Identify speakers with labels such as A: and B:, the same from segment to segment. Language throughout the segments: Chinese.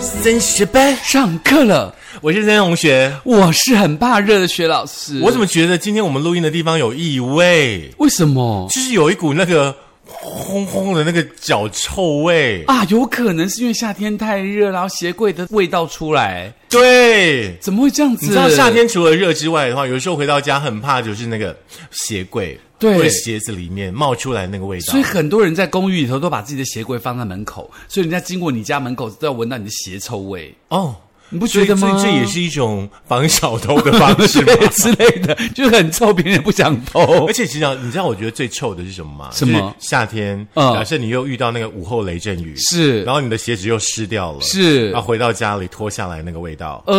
A: 三十班，
B: 上课了，
A: 我是森同学。
B: 我是很怕热的薛老师。
A: 我怎么觉得今天我们录音的地方有异味？
B: 为什么
A: 就是有一股那个烘烘的那个脚臭味。
B: 啊？有可能是因为夏天太热，然后鞋柜的味道出来，
A: 对，
B: 怎么会这样子？
A: 你知道夏天除了热之外的话，有时候回到家很怕就是那个鞋柜
B: 对
A: 或者鞋子里面冒出来那个味道
B: 所以。很多人在公寓里头都把自己的鞋柜放在门口，所以人家经过你家门口都要闻到你的鞋臭味，
A: 哦，
B: 你不觉得吗？
A: 所以这这也是一种防小偷的 方式啊吗？
B: 对之类的，就是很臭，别人也不想 偷
A: 而。且其实你知道，我觉得最臭的是什么吗？
B: 哦什么
A: 就是夏天，
B: 嗯
A: 假设你又遇到那个午后雷阵雨，
B: 是
A: 然后你的鞋子又湿掉了，
B: 是
A: 然后回到家里脱下来那个味道，
B: 呃，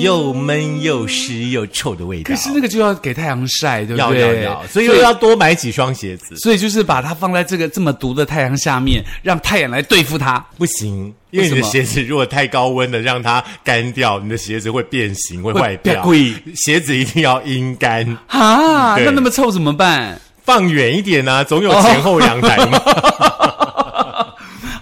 A: 又闷又湿又臭的味道
B: 可，是那个就要给太阳晒，对不
A: 要
B: 对？
A: 要要，所以又要多买几双鞋子。
B: 所以就是把它放在这个这么毒的太阳下面，让太阳来对付它。
A: 不行，因为
B: 为什
A: 你
B: 么
A: 的鞋子如果太高温的让它干掉，你的鞋子会变形，会坏
B: 变
A: 掉
B: 贵。
A: 鞋子一定要阴干，
B: 啊，
A: 对
B: 那那么臭怎么办？
A: 放远一点啊，总有前后阳台嘛。
B: 哦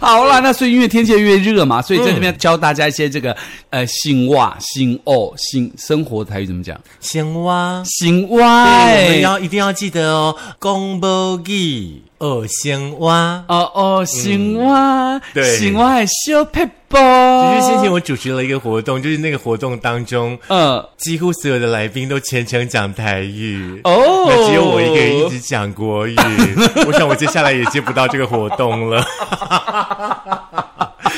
B: 好啦，那所以因为天气越热嘛，所以在这边教大家一些这个呃新袜、新哦、新生活台语怎么讲？
A: 青蛙，
B: 新
A: 对我们
B: 袜。
A: 要一定要记得哦，公布记二青蛙。
B: 哦哦，新蛙，
A: 嗯对
B: 新蛙的小撇步。
A: 就是先前我主持了一个活动，就是那个活动当中，
B: 呃，
A: 几乎所有的来宾都全程讲台语。
B: 哦
A: 那只有我一个人一直讲国 语，我想我接下来也接不到这个活动了。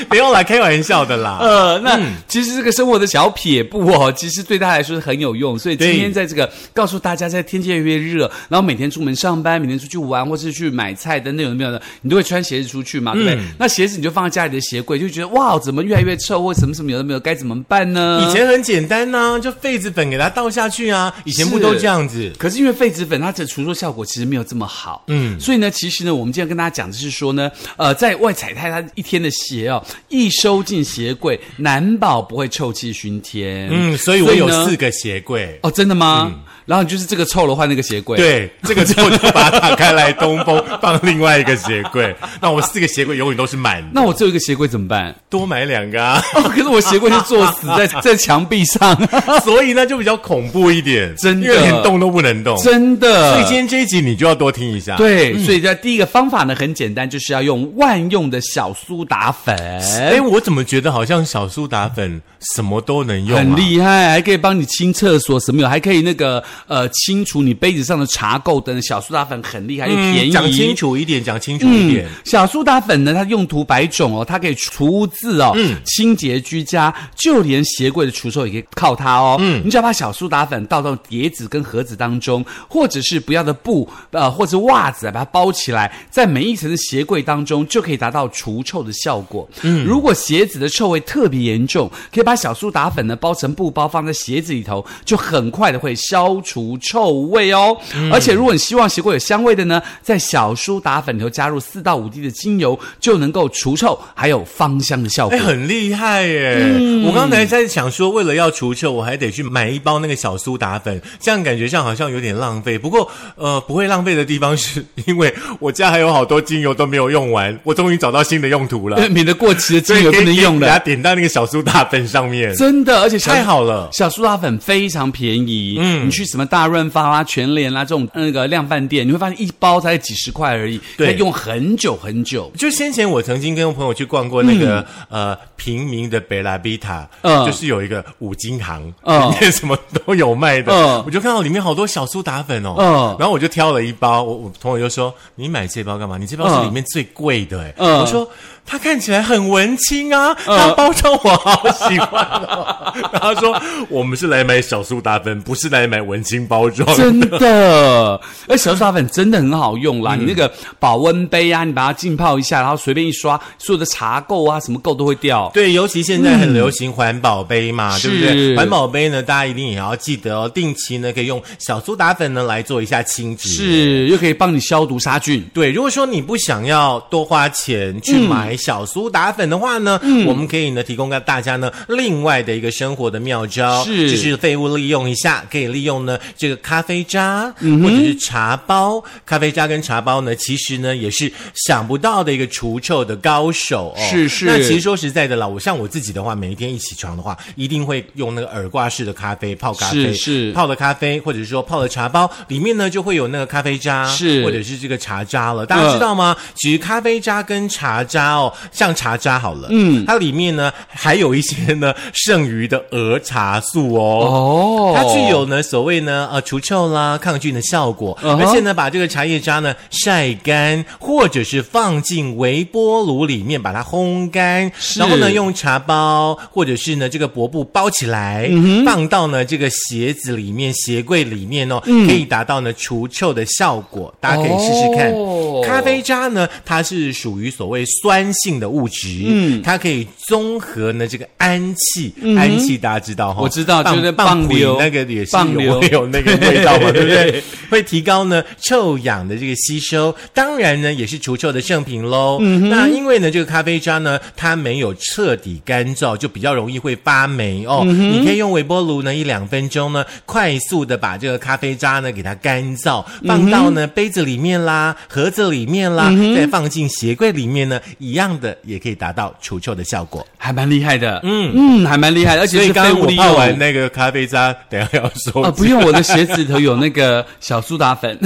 A: 不用啦，开玩笑的啦。
B: 呃， 那
A: 嗯
B: 其实这个生活的小撇步哦， 其实对大家来说是很有用。所以今
A: 对
B: 天在这个告诉大家，在天气越来越热，然后每天出门上班，每天出去玩，或是去买菜等等，有没有的？你都会穿鞋子出去嘛，对
A: 嗯
B: 不对？那鞋子你就放在家里的鞋柜，就觉得哇，怎么越来越臭，或什么什么有的没有，该怎么办呢？
A: 以前很简单呐、就痱子粉给它倒下去啊。以前不都这样子？
B: 可是因为痱子粉它的除皱效果其实没有这么好，嗯，所以呢，其实呢，我们今天跟大家讲的是说呢，呃，在外踩踏它一天的鞋哦，一收进鞋柜，难保不会臭气熏天。
A: 嗯，所以我有
B: 呢
A: 四个鞋柜。
B: 哦，真的吗？然后你就是这个臭了换那个鞋柜，，
A: 嗯对，这个之后就把它打开来通风， 放另外一个鞋柜。那我四个鞋柜永远都是满的，
B: 那我只有一个鞋柜怎 么办？
A: 多买两个 啊。
B: 哦，可是我鞋柜就坐死 在在墙壁上，
A: 所以呢，就比较恐怖一点，
B: 真的
A: 因为连动都不能动。
B: 真的。
A: 所以今天这嗯一集你就要多听一下。，
B: 对，所以这第一个方法呢很简单，就是要用万用的小苏打粉，
A: 哎，我怎么觉得好像小苏打粉什么都能用、啊，
B: 很厉害，还可以帮你清厕所什么有，还可以那个呃清除你杯子上的茶垢等等。小苏打粉很厉害，又便宜。
A: 嗯讲清楚一点，讲清楚一点。
B: 小苏打粉呢，它用途百种哦，它可以除污渍哦，
A: 嗯
B: 清洁居家，就连鞋柜的除臭也可以靠它哦。嗯，你只要把小苏打粉倒到碟子跟盒子当中，或者是不要的布呃或者袜子把它包起来，在每一层的鞋柜当中就可以达到除臭的效果。嗯，如果鞋子的臭味特别严重，可以把小苏打粉呢包成布包放在鞋子里头，就很快的会消除臭味哦。
A: 嗯
B: 而且如果你希望鞋柜有香味的呢，在小苏打粉里头加入四到五滴的精油，就能够除臭，还有芳香的效果
A: 哎，。很厉害耶！
B: 嗯
A: 我刚才在想说，为了要除臭，我还得去买一包那个小苏打粉，这样感觉上好像有点浪费。不过，呃，不会浪费的地方是因为我家还有好多精油都没有用完，我终于找到新的用途了，
B: 对，免得过期的
A: 所
B: 精
A: 以
B: 油
A: 可
B: 不
A: 以
B: 能用
A: 给它
B: 了。
A: 点到那个小苏打粉上面，
B: 真的，而且小
A: 太好了。
B: 小苏打粉非常便宜，嗯，你去什么大润发啦、全联啦这种呃那个量贩店，你会发现一包才几十块而已，
A: 对
B: 可以用很久很久。
A: 就先前我曾经跟朋友去逛过那个、呃平民的贝拉比塔，
B: 嗯
A: 就是有一个五金行，
B: 嗯
A: 里面什么都有卖的，
B: 嗯
A: 我就看到里面好多小苏打粉哦，
B: 嗯
A: 然后我就挑了一包，我我朋友就说你买这包干嘛？你这包是
B: 嗯
A: 里面最贵的、欸，
B: 嗯
A: 我说它看起来很文青啊，它包装我好喜欢哦，然 后他说我们是来买小苏打粉，不是来买文青包装的，
B: 真的，而小苏打粉真的很好用
A: 嗯
B: 啦。你那个保温杯啊，你把它浸泡一下，然后随便一刷，所有的茶垢啊、什么垢都会掉。
A: 对，尤其现在很流行环保杯嘛，对不对？
B: 是
A: 环保杯呢，大家一定也要记得哦，定期呢可以用小苏打粉呢来做一下清洁。。
B: 嗯是，又可以帮你消毒杀菌。
A: 对，如果说你不想要多花钱去买买小苏打粉的话呢，
B: 嗯
A: 我们可以呢提供给大家呢另外的一个生活的妙招，
B: 是
A: 就是废物利用一下，可以利用呢这个咖啡渣、
B: 嗯
A: 或者是茶包，咖啡渣跟茶包呢，其实呢也是想不到的一个除臭的高手哦。
B: 是是
A: 那其实说实在的啦，我像我自己的话，每一天一起床的话，一定会用那个耳挂式的咖啡泡咖啡，
B: 是是
A: 泡的咖啡，或者是说泡的茶包里面呢就会有那个咖啡渣，
B: 是
A: 或者是这个茶渣了。大家知道吗？其实咖啡渣跟茶渣哦，像茶渣好了，嗯，它里面呢还有一些呢剩余的儿茶素哦。
B: 哦
A: 它具有呢所谓呢呃除臭啦、抗菌的效果，
B: 嗯哼
A: 而且呢把这个茶叶渣呢晒干，或者是放进微波炉里面把它烘干，
B: 是
A: 然后呢用茶包或者是呢这个薄布包起来，
B: 嗯
A: 放到呢这个鞋子里面、鞋柜里面哦，
B: 嗯
A: 可以达到呢除臭的效果，大家可以试试看。
B: 哦
A: 咖啡渣呢，它是属于所谓酸性的物质，嗯，它可以综合呢这个氨气，
B: 嗯
A: 氨气大家知道哈、
B: 我知道
A: 棒
B: 就是
A: 棒
B: 棒流
A: 鬼那个也是
B: 棒
A: 有
B: 流
A: 会有那个味 道嘛，对不对？会提高呢臭氧的这个吸收，当然呢也是除臭的圣品喽。
B: 嗯
A: 那因为呢这个咖啡渣呢，它没有彻底干燥，就比较容易会发霉哦。
B: 嗯
A: 你可以用微波炉呢一两分钟呢，快速的把这个咖啡渣呢给它干燥，
B: 嗯
A: 放到呢杯子里面啦、盒子里面啦，再放进鞋柜里面呢，一样的也可以达到除臭的效果。
B: 还蛮厉害的，嗯嗯，还蛮厉害的，而且
A: 所以
B: 是
A: 刚
B: 废
A: 刚
B: 物
A: 我
B: 利
A: 泡
B: 用。
A: 完那个咖啡渣，等一下要收
B: 啊，
A: 集
B: 不用，我的鞋子里头有那个小苏 打粉。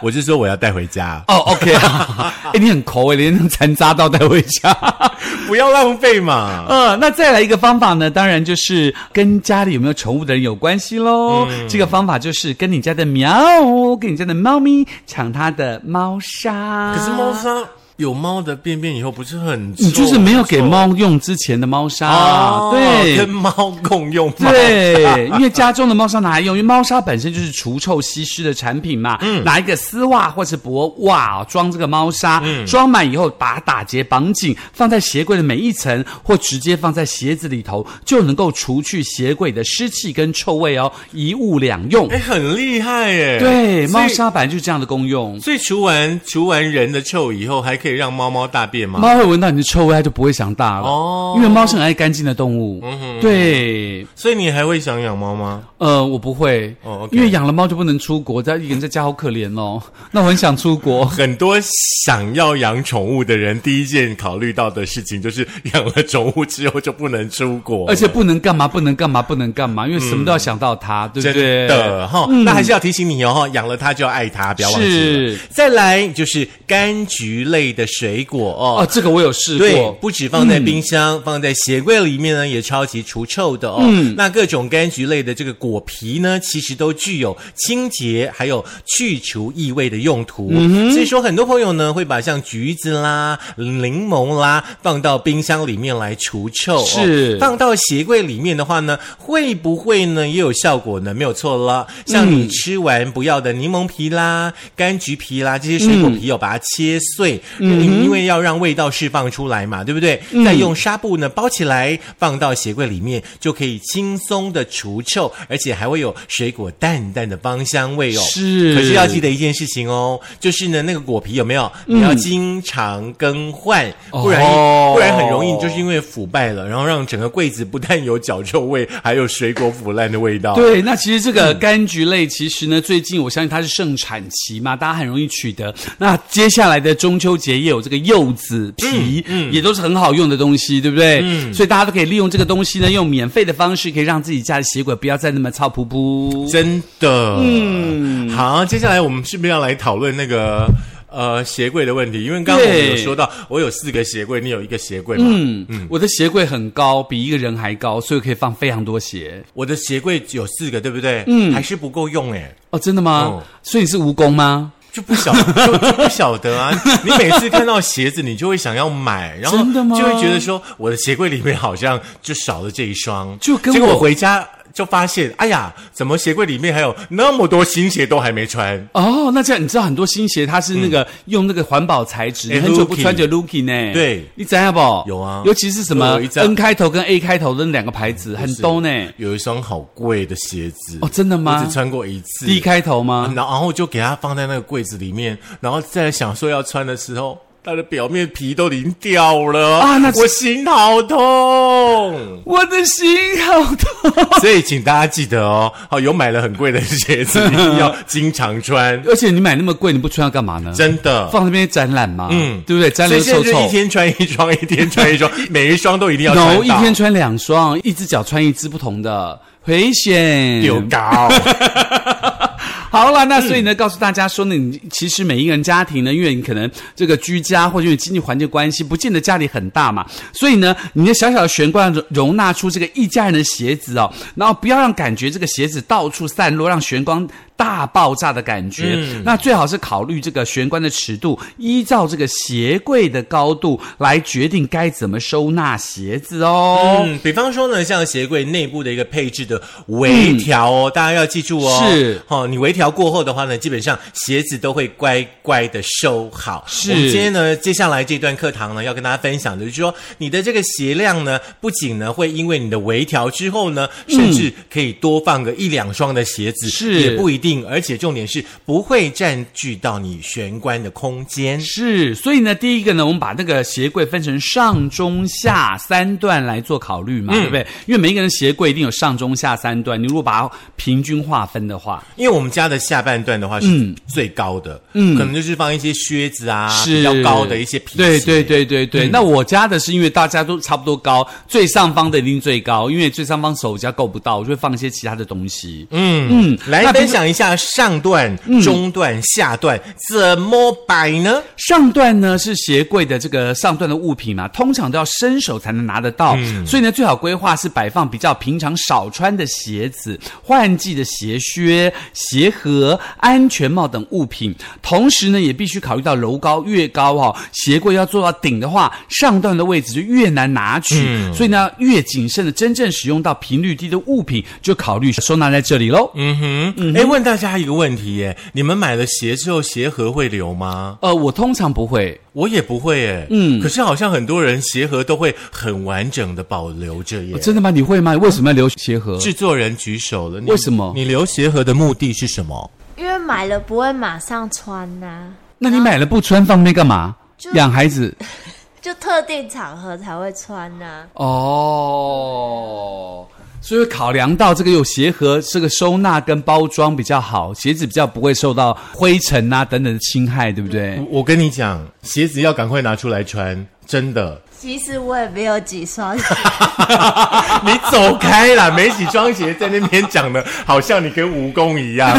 A: 我是说我要带回家，
B: 哦，OK，哎、你很抠哎，连残渣都带回家。
A: 不要浪费嘛。
B: 呃，那再来一个方法呢，当然就是跟家里有没有宠物的人有关系喽。
A: 嗯
B: 这个方法就是跟你家的喵，跟你家的猫咪抢它的猫砂。
A: 哦可是猫。砂有猫的便便以后不是很臭，
B: 你就是没有给猫用之前的猫砂，
A: 啊？
B: 对，
A: 跟猫共用嘛。
B: 对，因为家中的猫砂拿来用，因为猫砂本身就是除臭吸湿的产品嘛。
A: 嗯
B: 拿一个丝袜或是薄袜哦装这个猫砂，
A: 嗯
B: 装满以后把它打结绑紧，放在鞋柜的每一层，或直接放在鞋子里头，就能够除去鞋柜的湿气跟臭味哦，一物两用。
A: 哎，很厉害耶！
B: 对，
A: 所以
B: 猫。砂本来就是这样的功用。
A: 所以除完除完人的臭以后，还可以让猫猫大便吗？
B: 猫会闻到你的臭味，它就不会想大了。
A: 哦嗯
B: 因为猫是很爱干净的动物。对，
A: 所以你还会想养猫吗？
B: 呃，我不会，
A: 哦，OK。
B: 因为养了猫就不能出国，在一个人在家好可怜哦。 那我很想出 国
A: 很多想要养宠物的人，第一件考虑到的事情就是养了宠物之后就不能出国，
B: 而且不能干嘛，不能干嘛，不能干嘛，因为什么都要想到它，对不对？
A: 嗯真的哈、那还是要提醒你哦，哈养了它就要爱它，不要忘记了
B: 是。
A: 再来就是柑橘类的水果哦。
B: 哦，这个我有试
A: 对，
B: 过。
A: 不止放在冰箱，放在鞋柜里面呢，也超级除臭的哦。那各种柑橘类的这个果皮呢，其实都具有清洁还有去除异味的用途。所以说，很多朋友呢会把像橘子啦、柠檬啦放到冰箱里面来除臭、哦。
B: 是
A: 放到鞋柜里面的话呢，会不会呢也有效果呢？没有错啦，像你吃完不要的柠檬皮啦、柑橘皮啦这些水果皮，有把它切碎，
B: 嗯
A: 因为要让味道释放出来嘛，对不对？再用纱布呢包起来，放到鞋柜里面，就可以轻松的除臭，而且还会有水果淡淡的芳香味哦。
B: 是
A: 可是要记得一件事情哦，就是呢那个果皮有没有，你要经常更换，不然
B: 嗯哦
A: 不然很容易你就是因为腐败了，然后让整个柜子不但有脚臭味， 还有水果腐烂的味道。
B: 对，那其实这个柑橘类，其实呢，最近我相信它是盛产期嘛，大家很容易取得。那接下来的中秋节也有这个柚子皮，
A: 嗯
B: 也都是很好用的东西，对不对？所以大家都可以利用这个东西呢，用免费的方式，可以让自己家的血管不要再那么臭噗噗。
A: 真的。嗯，好，接下来我们是不是要来讨论那个呃鞋柜的问题？因为刚刚我们有
B: 对
A: 说到，我有四个鞋柜，你有一个鞋柜嘛？
B: 嗯，我的鞋柜很高，比一个人还高，所以可以放非常多鞋。
A: 我的鞋柜有四个，对不对？嗯，还是不够用哎、
B: 哦，真的吗？
A: 哦嗯
B: 所以你是蜈蚣吗？
A: 就不晓就就不晓得 啊！你每次看到鞋子，你就会想要买，然后
B: 真的吗
A: 就会觉得说，我的鞋柜里面好像就少了这一双，
B: 就跟
A: 结果我
B: 我
A: 回家就发现，哎呀，怎么鞋柜里面还有那么多新鞋都还没穿？
B: 哦，那这样你知道很多新鞋它是那个、用那个环保材质，
A: 哎
B: 你很久不
A: Lucky
B: 穿就 Lucky 呢？
A: 对
B: 你知道不？
A: 有啊
B: 尤其是什么
A: 有一张
B: N 开头跟 A 开头的那两个牌子，很多呢。
A: 有一双好贵的鞋子
B: 哦真的吗
A: 我只穿嗯过一次。
B: D 开头吗？
A: 然后就给它放在那个柜子里面，然后再想说要穿的时候，它的表面皮都已经掉了
B: 啊那
A: 我心好痛。
B: 我的心好痛。
A: 所以请大家记得哦，好有买了很贵的鞋子，一定要经常穿，
B: 而且你买那么贵，你不穿要干嘛呢？
A: 真的。
B: 放那边展览嘛，嗯，对不对？展
A: 所
B: 览
A: 以
B: 又
A: 现在
B: 臭
A: 就一
B: 臭。
A: 天穿一双，一天穿 一双，每一双都一定要
B: no，
A: 穿
B: 一
A: 到
B: 天穿两双，一只脚穿一只不同的，危险。
A: 有高。
B: 好啦，那所以呢，告诉大家说呢，你其实每一个人家庭呢，因为你可能这个居家或者因为经济环境关系，不见得家里很大嘛，所以呢，你的小小的玄关容容纳出这个一家人的鞋子哦，然后不要让感觉这个鞋子到处散落，让玄关。大爆炸的感觉，
A: 嗯
B: 那最好是考虑这个玄关的尺度，依照这个鞋柜的高度来决定该怎么收纳鞋子哦。
A: 嗯，比方说呢，像鞋柜内部的一个配置的微调哦，大家要记住哦。
B: 嗯是，
A: 哦，你微调过后的话呢，基本上鞋子都会乖乖的收好。
B: 是
A: 我们今天呢，接下来这段课堂呢，要跟大家分享的就是说，你的这个鞋量呢，不仅呢会因为你的微调之后呢，甚至可以多放个一两双的鞋子，
B: 嗯是
A: 也不一定，而且重点是不会占据到你玄关的空间。
B: 是，所以呢，第一个呢，我们把那个鞋柜分成上中下三段来做考虑嘛，
A: 嗯
B: 对不对？因为每一个人鞋柜一定有上中下三段，你如果把它平均划分的话，
A: 因为我们家的下半段的话是最高的，嗯，可能就是放一些靴子啊，
B: 是
A: 比较高的一些嗯皮鞋，
B: 对对对对对。那我家的是因为大家都差不多高，最上方的一定最高，因为最上方手比较够不到，我就会放一些其他的东西。
A: 嗯嗯，来
B: 那比
A: 分享一下上段、中段、下段怎么摆呢？
B: 上段呢是鞋柜的这个上段的物品嘛，通常都要伸手才能拿得到，所以呢最好规划是摆放比较平常少穿的鞋子、换季的鞋靴、鞋盒、安全帽等物品。同时呢，也必须考虑到楼高越高哦，鞋柜要做到顶的话，上段的位置就越难拿取，所以呢越谨慎的真正使用到频率低的物品，就考虑收纳在这里喽。嗯
A: 哎、问大家一个问题耶，你们买了鞋之后，鞋盒会留吗？
B: 呃，我通常不会。
A: 我也不会耶，嗯，可是好像很多人鞋盒都会很完整的保留着耶。
B: 哦真的吗？你会吗？为什么要留鞋盒？
A: 制作人举手了，你
B: 为什么
A: 你留鞋盒的目的是什么？
C: 因为买了不会马上穿呐、
B: 那你买了不穿放那干嘛
C: 就？
B: 养孩子
C: 就特定场合才会穿呐、
B: 哦，所以考量到这个有鞋盒，这个收纳跟包装比较好，鞋子比较不会受到灰尘啊等等的侵害，对不对？
A: 我我跟你讲，鞋子要赶快拿出来穿，真的。
C: 其实我也没有几 双，
A: 你走开啦！没几双鞋在那边讲的，好像你跟蜈蚣一样。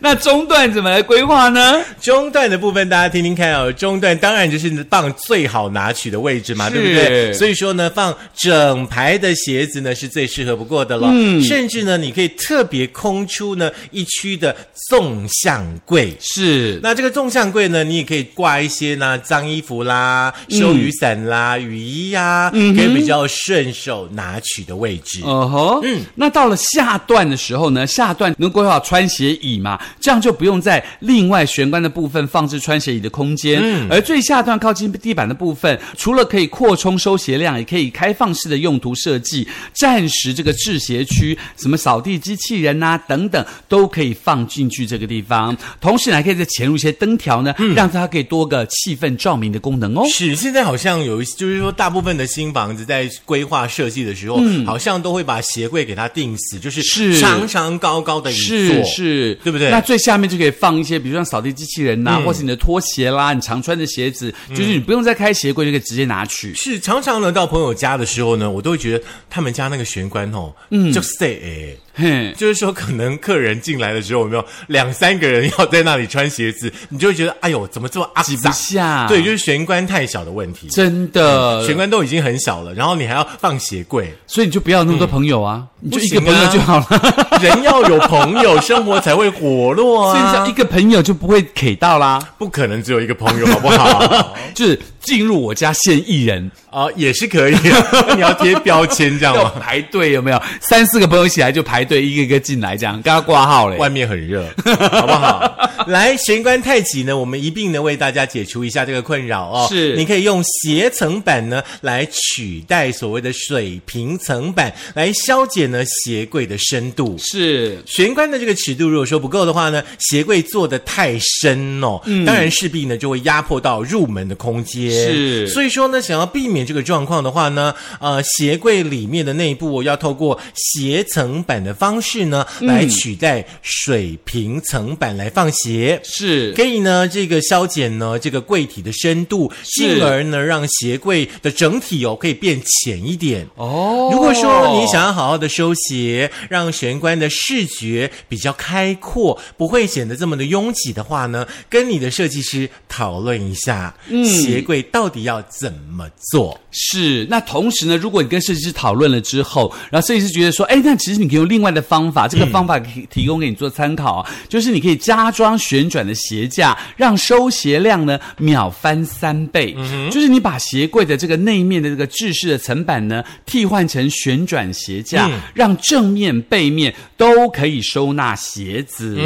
B: 那中段怎么来规划呢？
A: 中段的部分大家听听看哦，中段当然就是放最好拿取的位置嘛，
B: 是
A: 对不对？所以说呢，放整排的鞋子呢是最适合不过的了。甚至呢，你可以特别空出呢一区的纵向柜。
B: 是
A: 那这个纵向柜呢，你也可以挂一些呢脏衣服啦、收雨伞啦、雨衣呀、给比较顺手拿取的位置。
B: 哦吼，嗯，那到了下段的时候呢，下段能规划穿鞋椅嘛，这样就不用在另外玄关的部分放置穿鞋椅的空间。嗯，而最下段靠近地板的部分，除了可以扩充收鞋量，也可以开放式的用途设计，暂时这个制鞋区，什么扫地机器人呐、等等，都可以放进去这个地方。同时呢，还可以再潜入一些灯条呢，让它可以多个气氛照明的功能哦。
A: 是，现在好像有一，就是说，大部分的新房子在规划设计的时候，好像都会把鞋柜给它定死，就是
B: 嗯是
A: 长长高高的一座，
B: 是是，
A: 对不对嗯
B: 那最下面就可以放一些，比如像扫地机器人呐、或是你的拖鞋啦，你常穿的鞋子，就是你不用再开鞋柜就可以直接拿取。
A: 是常常呢到朋友家的时候呢，我都会觉得他们家那个玄关哦，嗯，就 stay 哎。
B: 嘿，
A: 就是说，可能客人进来的时候，有没有两三个人要在那里穿鞋子，你就会觉得，哎呦，怎么这么肮
B: 挤不
A: 脏？
B: 下，
A: 对，就是嗯玄关太小的问题，
B: 真的，
A: 玄关都已经很小了，然后你还要放鞋柜，
B: 所以你就不要那么多朋友啊，你就一个
A: 不行
B: 朋
A: 啊
B: 友就好了。
A: 人要有朋友，生活才会活络
B: 所以
A: 啊。
B: 你只要一个朋友就不会 K 到啦，
A: 不可能只有一个朋友，好不好？
B: 就是进入我家限一人，
A: 啊，也是可以 啊。那你要贴标签这样
B: 要
A: 吗？
B: 排队有没有？三四个朋友一起来就排队，一个一个进来，这样刚刚挂号嘞。
A: 外面很热，好不好？来，玄关太极呢，我们一并呢为大家解除一下这个困扰哦。
B: 是
A: 你可以用斜层板呢来取代所谓的水平层板，来消解呢鞋柜的深度。
B: 是
A: 玄关的这个尺度如果说不够的话呢，鞋柜做的太深哦，当然势必呢就会压迫到入门的空间。
B: 是
A: 所以说呢，想要避免这个状况的话呢，呃，鞋柜里面的内部、哦、要透过斜层板的方式呢，来取代水平层板来放鞋。
B: 是
A: 可以呢，这个消减呢这个柜体的深度，进而呢让鞋柜的整体哦可以变浅一点。
B: 哦
A: 如果说你想要好好的收鞋，让玄关的视觉比较开阔，不会显得这么的拥挤的话呢，跟你的设计师讨论一下，鞋柜到底要怎么做？
B: 是，那同时呢，如果你跟设计师讨论了之后，然后设计师觉得说，哎，那其实你可以用另外的方法，这个方法可以提供给你做参考啊，就是你可以加装旋转的鞋架，让收鞋量呢秒翻三倍，就是你把鞋柜的这个内面的这个制式的层板呢替换成旋转鞋架，
A: 嗯
B: 让正面、背面都可以收纳鞋子，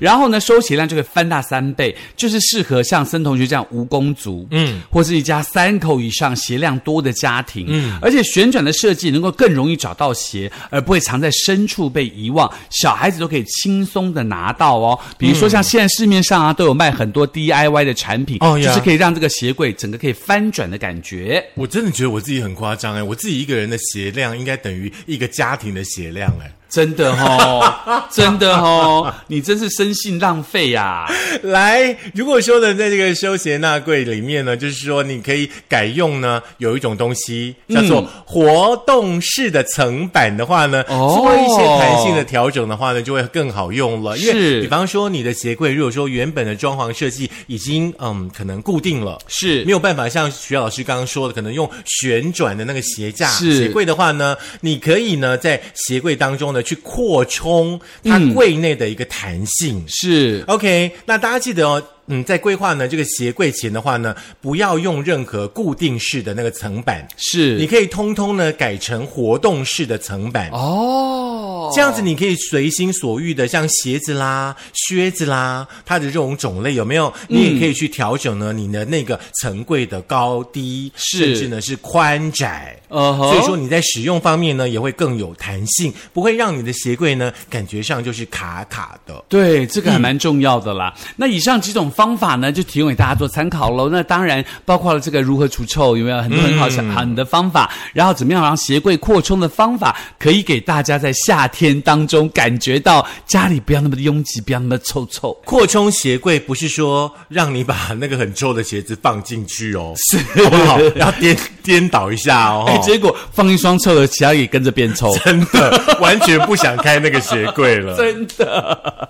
B: 然后呢，收鞋量就会翻大三倍，就是适合像森同学这样蜈蚣族，
A: 嗯
B: 嗯，或是一家三口以上鞋量多的家庭，嗯，而且旋转的设计能够更容易找到鞋，而不会藏在深处被遗忘，小孩子都可以轻松的拿到哦。比如说像现在市面上啊都有卖很多 DIY 的产品，
A: 哦呀
B: 就是可以让这个鞋柜整个可以翻转的感觉。
A: 我真的觉得我自己很夸张哎，我自己一个人的鞋量应该等于一个家庭的鞋量哎。
B: 真的 哦，真的哦，你真是生性浪费呀、
A: 来，如果说呢，在这个收鞋纳柜里面呢，就是说你可以改用呢，有一种东西叫
B: 嗯
A: 做活动式的层板的话呢，
B: 哦
A: 做一些弹性的调整的话呢，就会更好用了。因为
B: 是
A: 比方说你的鞋柜，如果说原本的装潢设计已经嗯可能固定了。
B: 是
A: 没有办法像徐老师刚刚说的，可能用旋转的那个鞋架
B: 是
A: 鞋柜的话呢，你可以呢在鞋柜当中呢去扩充它
B: 嗯
A: 柜内的一个弹性。
B: 是
A: OK，那大家记得哦，嗯，在规划呢这个鞋柜前的话呢，不要用任何固定式的那个层板，
B: 是，
A: 你可以通通呢改成活动式的层板。
B: 哦，
A: 这样子你可以随心所欲的，像鞋子啦、靴子啦，它的这种种类有没有？
B: 嗯
A: 你也可以去调整呢，你的那个层柜的高低，甚
B: 是
A: 至呢是宽窄。
B: 呃呵
A: 所以说你在使用方面呢，也会更有弹性，不会让你的鞋柜呢感觉上就是卡卡的。
B: 对，这个还蛮重要的啦。那以上几种方法呢，就提供给大家做参考喽。那当然包括了这个如何除臭，有没有很多很好想很的方法？然后怎么样让鞋柜扩充的方法，可以给大家在夏天当中感觉到家里不要那么的拥挤，不要那么臭臭。
A: 扩充鞋柜不是说让你把那个很臭的鞋子放进去哦，是好不好？要颠颠倒一下哦，
B: 哎，结果放一双臭的，其他也跟着变臭。
A: 真的完全不想开那个鞋柜了。
B: 真的。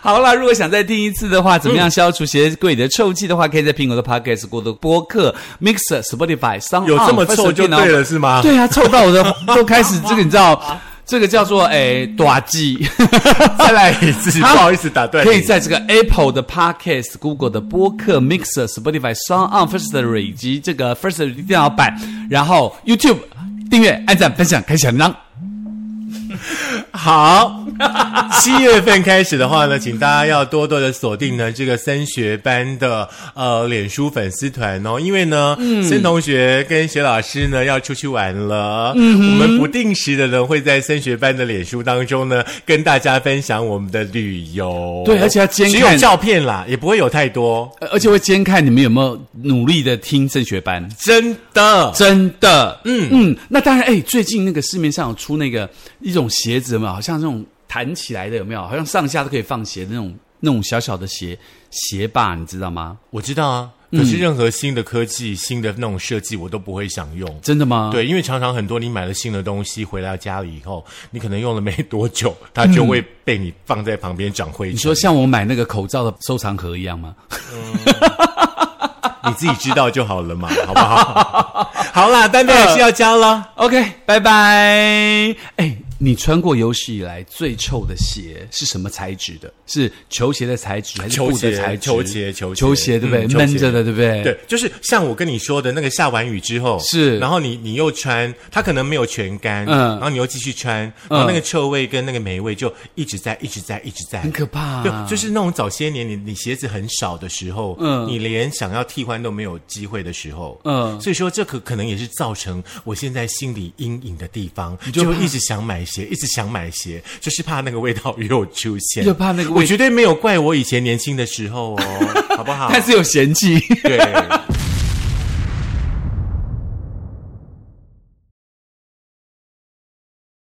B: 好啦，如果想再听一次的话，怎么样消除鞋柜里的臭气的话，可以在苹果的 Podcast、Google 的播客、Mixer、Spotify 上
A: 有这么臭就对了是吗
B: 对啊，臭到我的都开始这个你知道。这个叫做诶短记，
A: 再来一次，不
B: 好
A: 好意思打断你。
B: 可以在这个 Apple 的 Podcast、Google 的播客、Mixer、Spotify、s o n g On、Firstory 以及这个 Firstory 电脑版，然后 YouTube 订阅、按赞、分享、开小铃铛。
A: 好，七月份开始的话呢，请大家要多多的锁定呢这个升学班的呃脸书粉丝团哦，因为呢，
B: 嗯
A: 森、同学跟学老师呢要出去玩了，
B: 嗯
A: 我们不定时的呢会在升学班的脸书当中呢跟大家分享我们的旅游，
B: 对而且要监
A: 只
B: 看
A: 有照片啦，也不会有太多，
B: 呃而且会监看你们有没有努力的听升学班。
A: 真的。
B: 真的，嗯嗯，那当然，哎、最近那个市面上有出那个一种鞋子嘛，好像这种弹起来的有没有？好像上下都可以放鞋的那种那种小小的鞋鞋把，你知道吗？
A: 我知道啊，
B: 嗯
A: 可是任何新的科技、新的那种设计，我都不会想用。
B: 真的吗？，
A: 对，因为常常很多你买了新的东西回到家里以后，你可能用了没多久，它就会被你放在旁边长灰
B: 你
A: 尘。
B: 说像我买那个口罩的收藏盒一样吗？
A: 你自己知道就好了嘛，
B: 啊
A: 好不
B: 呃
A: 好？好啦，班费还是要交了。
B: OK，拜拜。哎、你穿过有史以来最臭的鞋是什么材质的？是球鞋的材质还是
A: 球
B: 布的
A: 鞋
B: 材质？
A: 球鞋球鞋
B: 球鞋，对不对？
A: 嗯球鞋
B: 闷着的，对不对？
A: 对，就是像我跟你说的那个下完雨之后，
B: 是
A: 然后你你又穿，它可能没有全干，
B: 嗯
A: 然后你又继续穿，然后那个臭味跟那个霉味就一直在，一直在，一直在，
B: 很可怕啊、
A: 对，就是那种早些年你你鞋子很少的时候，
B: 嗯
A: 你连想要替换都没有机会的时候，
B: 嗯
A: 所以说这可可能也是造成我现在心理阴影的地方，
B: 就
A: 就
B: 怕
A: 一直想买鞋，一直想买鞋，就是怕那个味道又出 现，
B: 又怕那个味
A: 我绝对没有怪我以前年轻的时候哦，好不好？
B: 但是有嫌弃。
A: 对。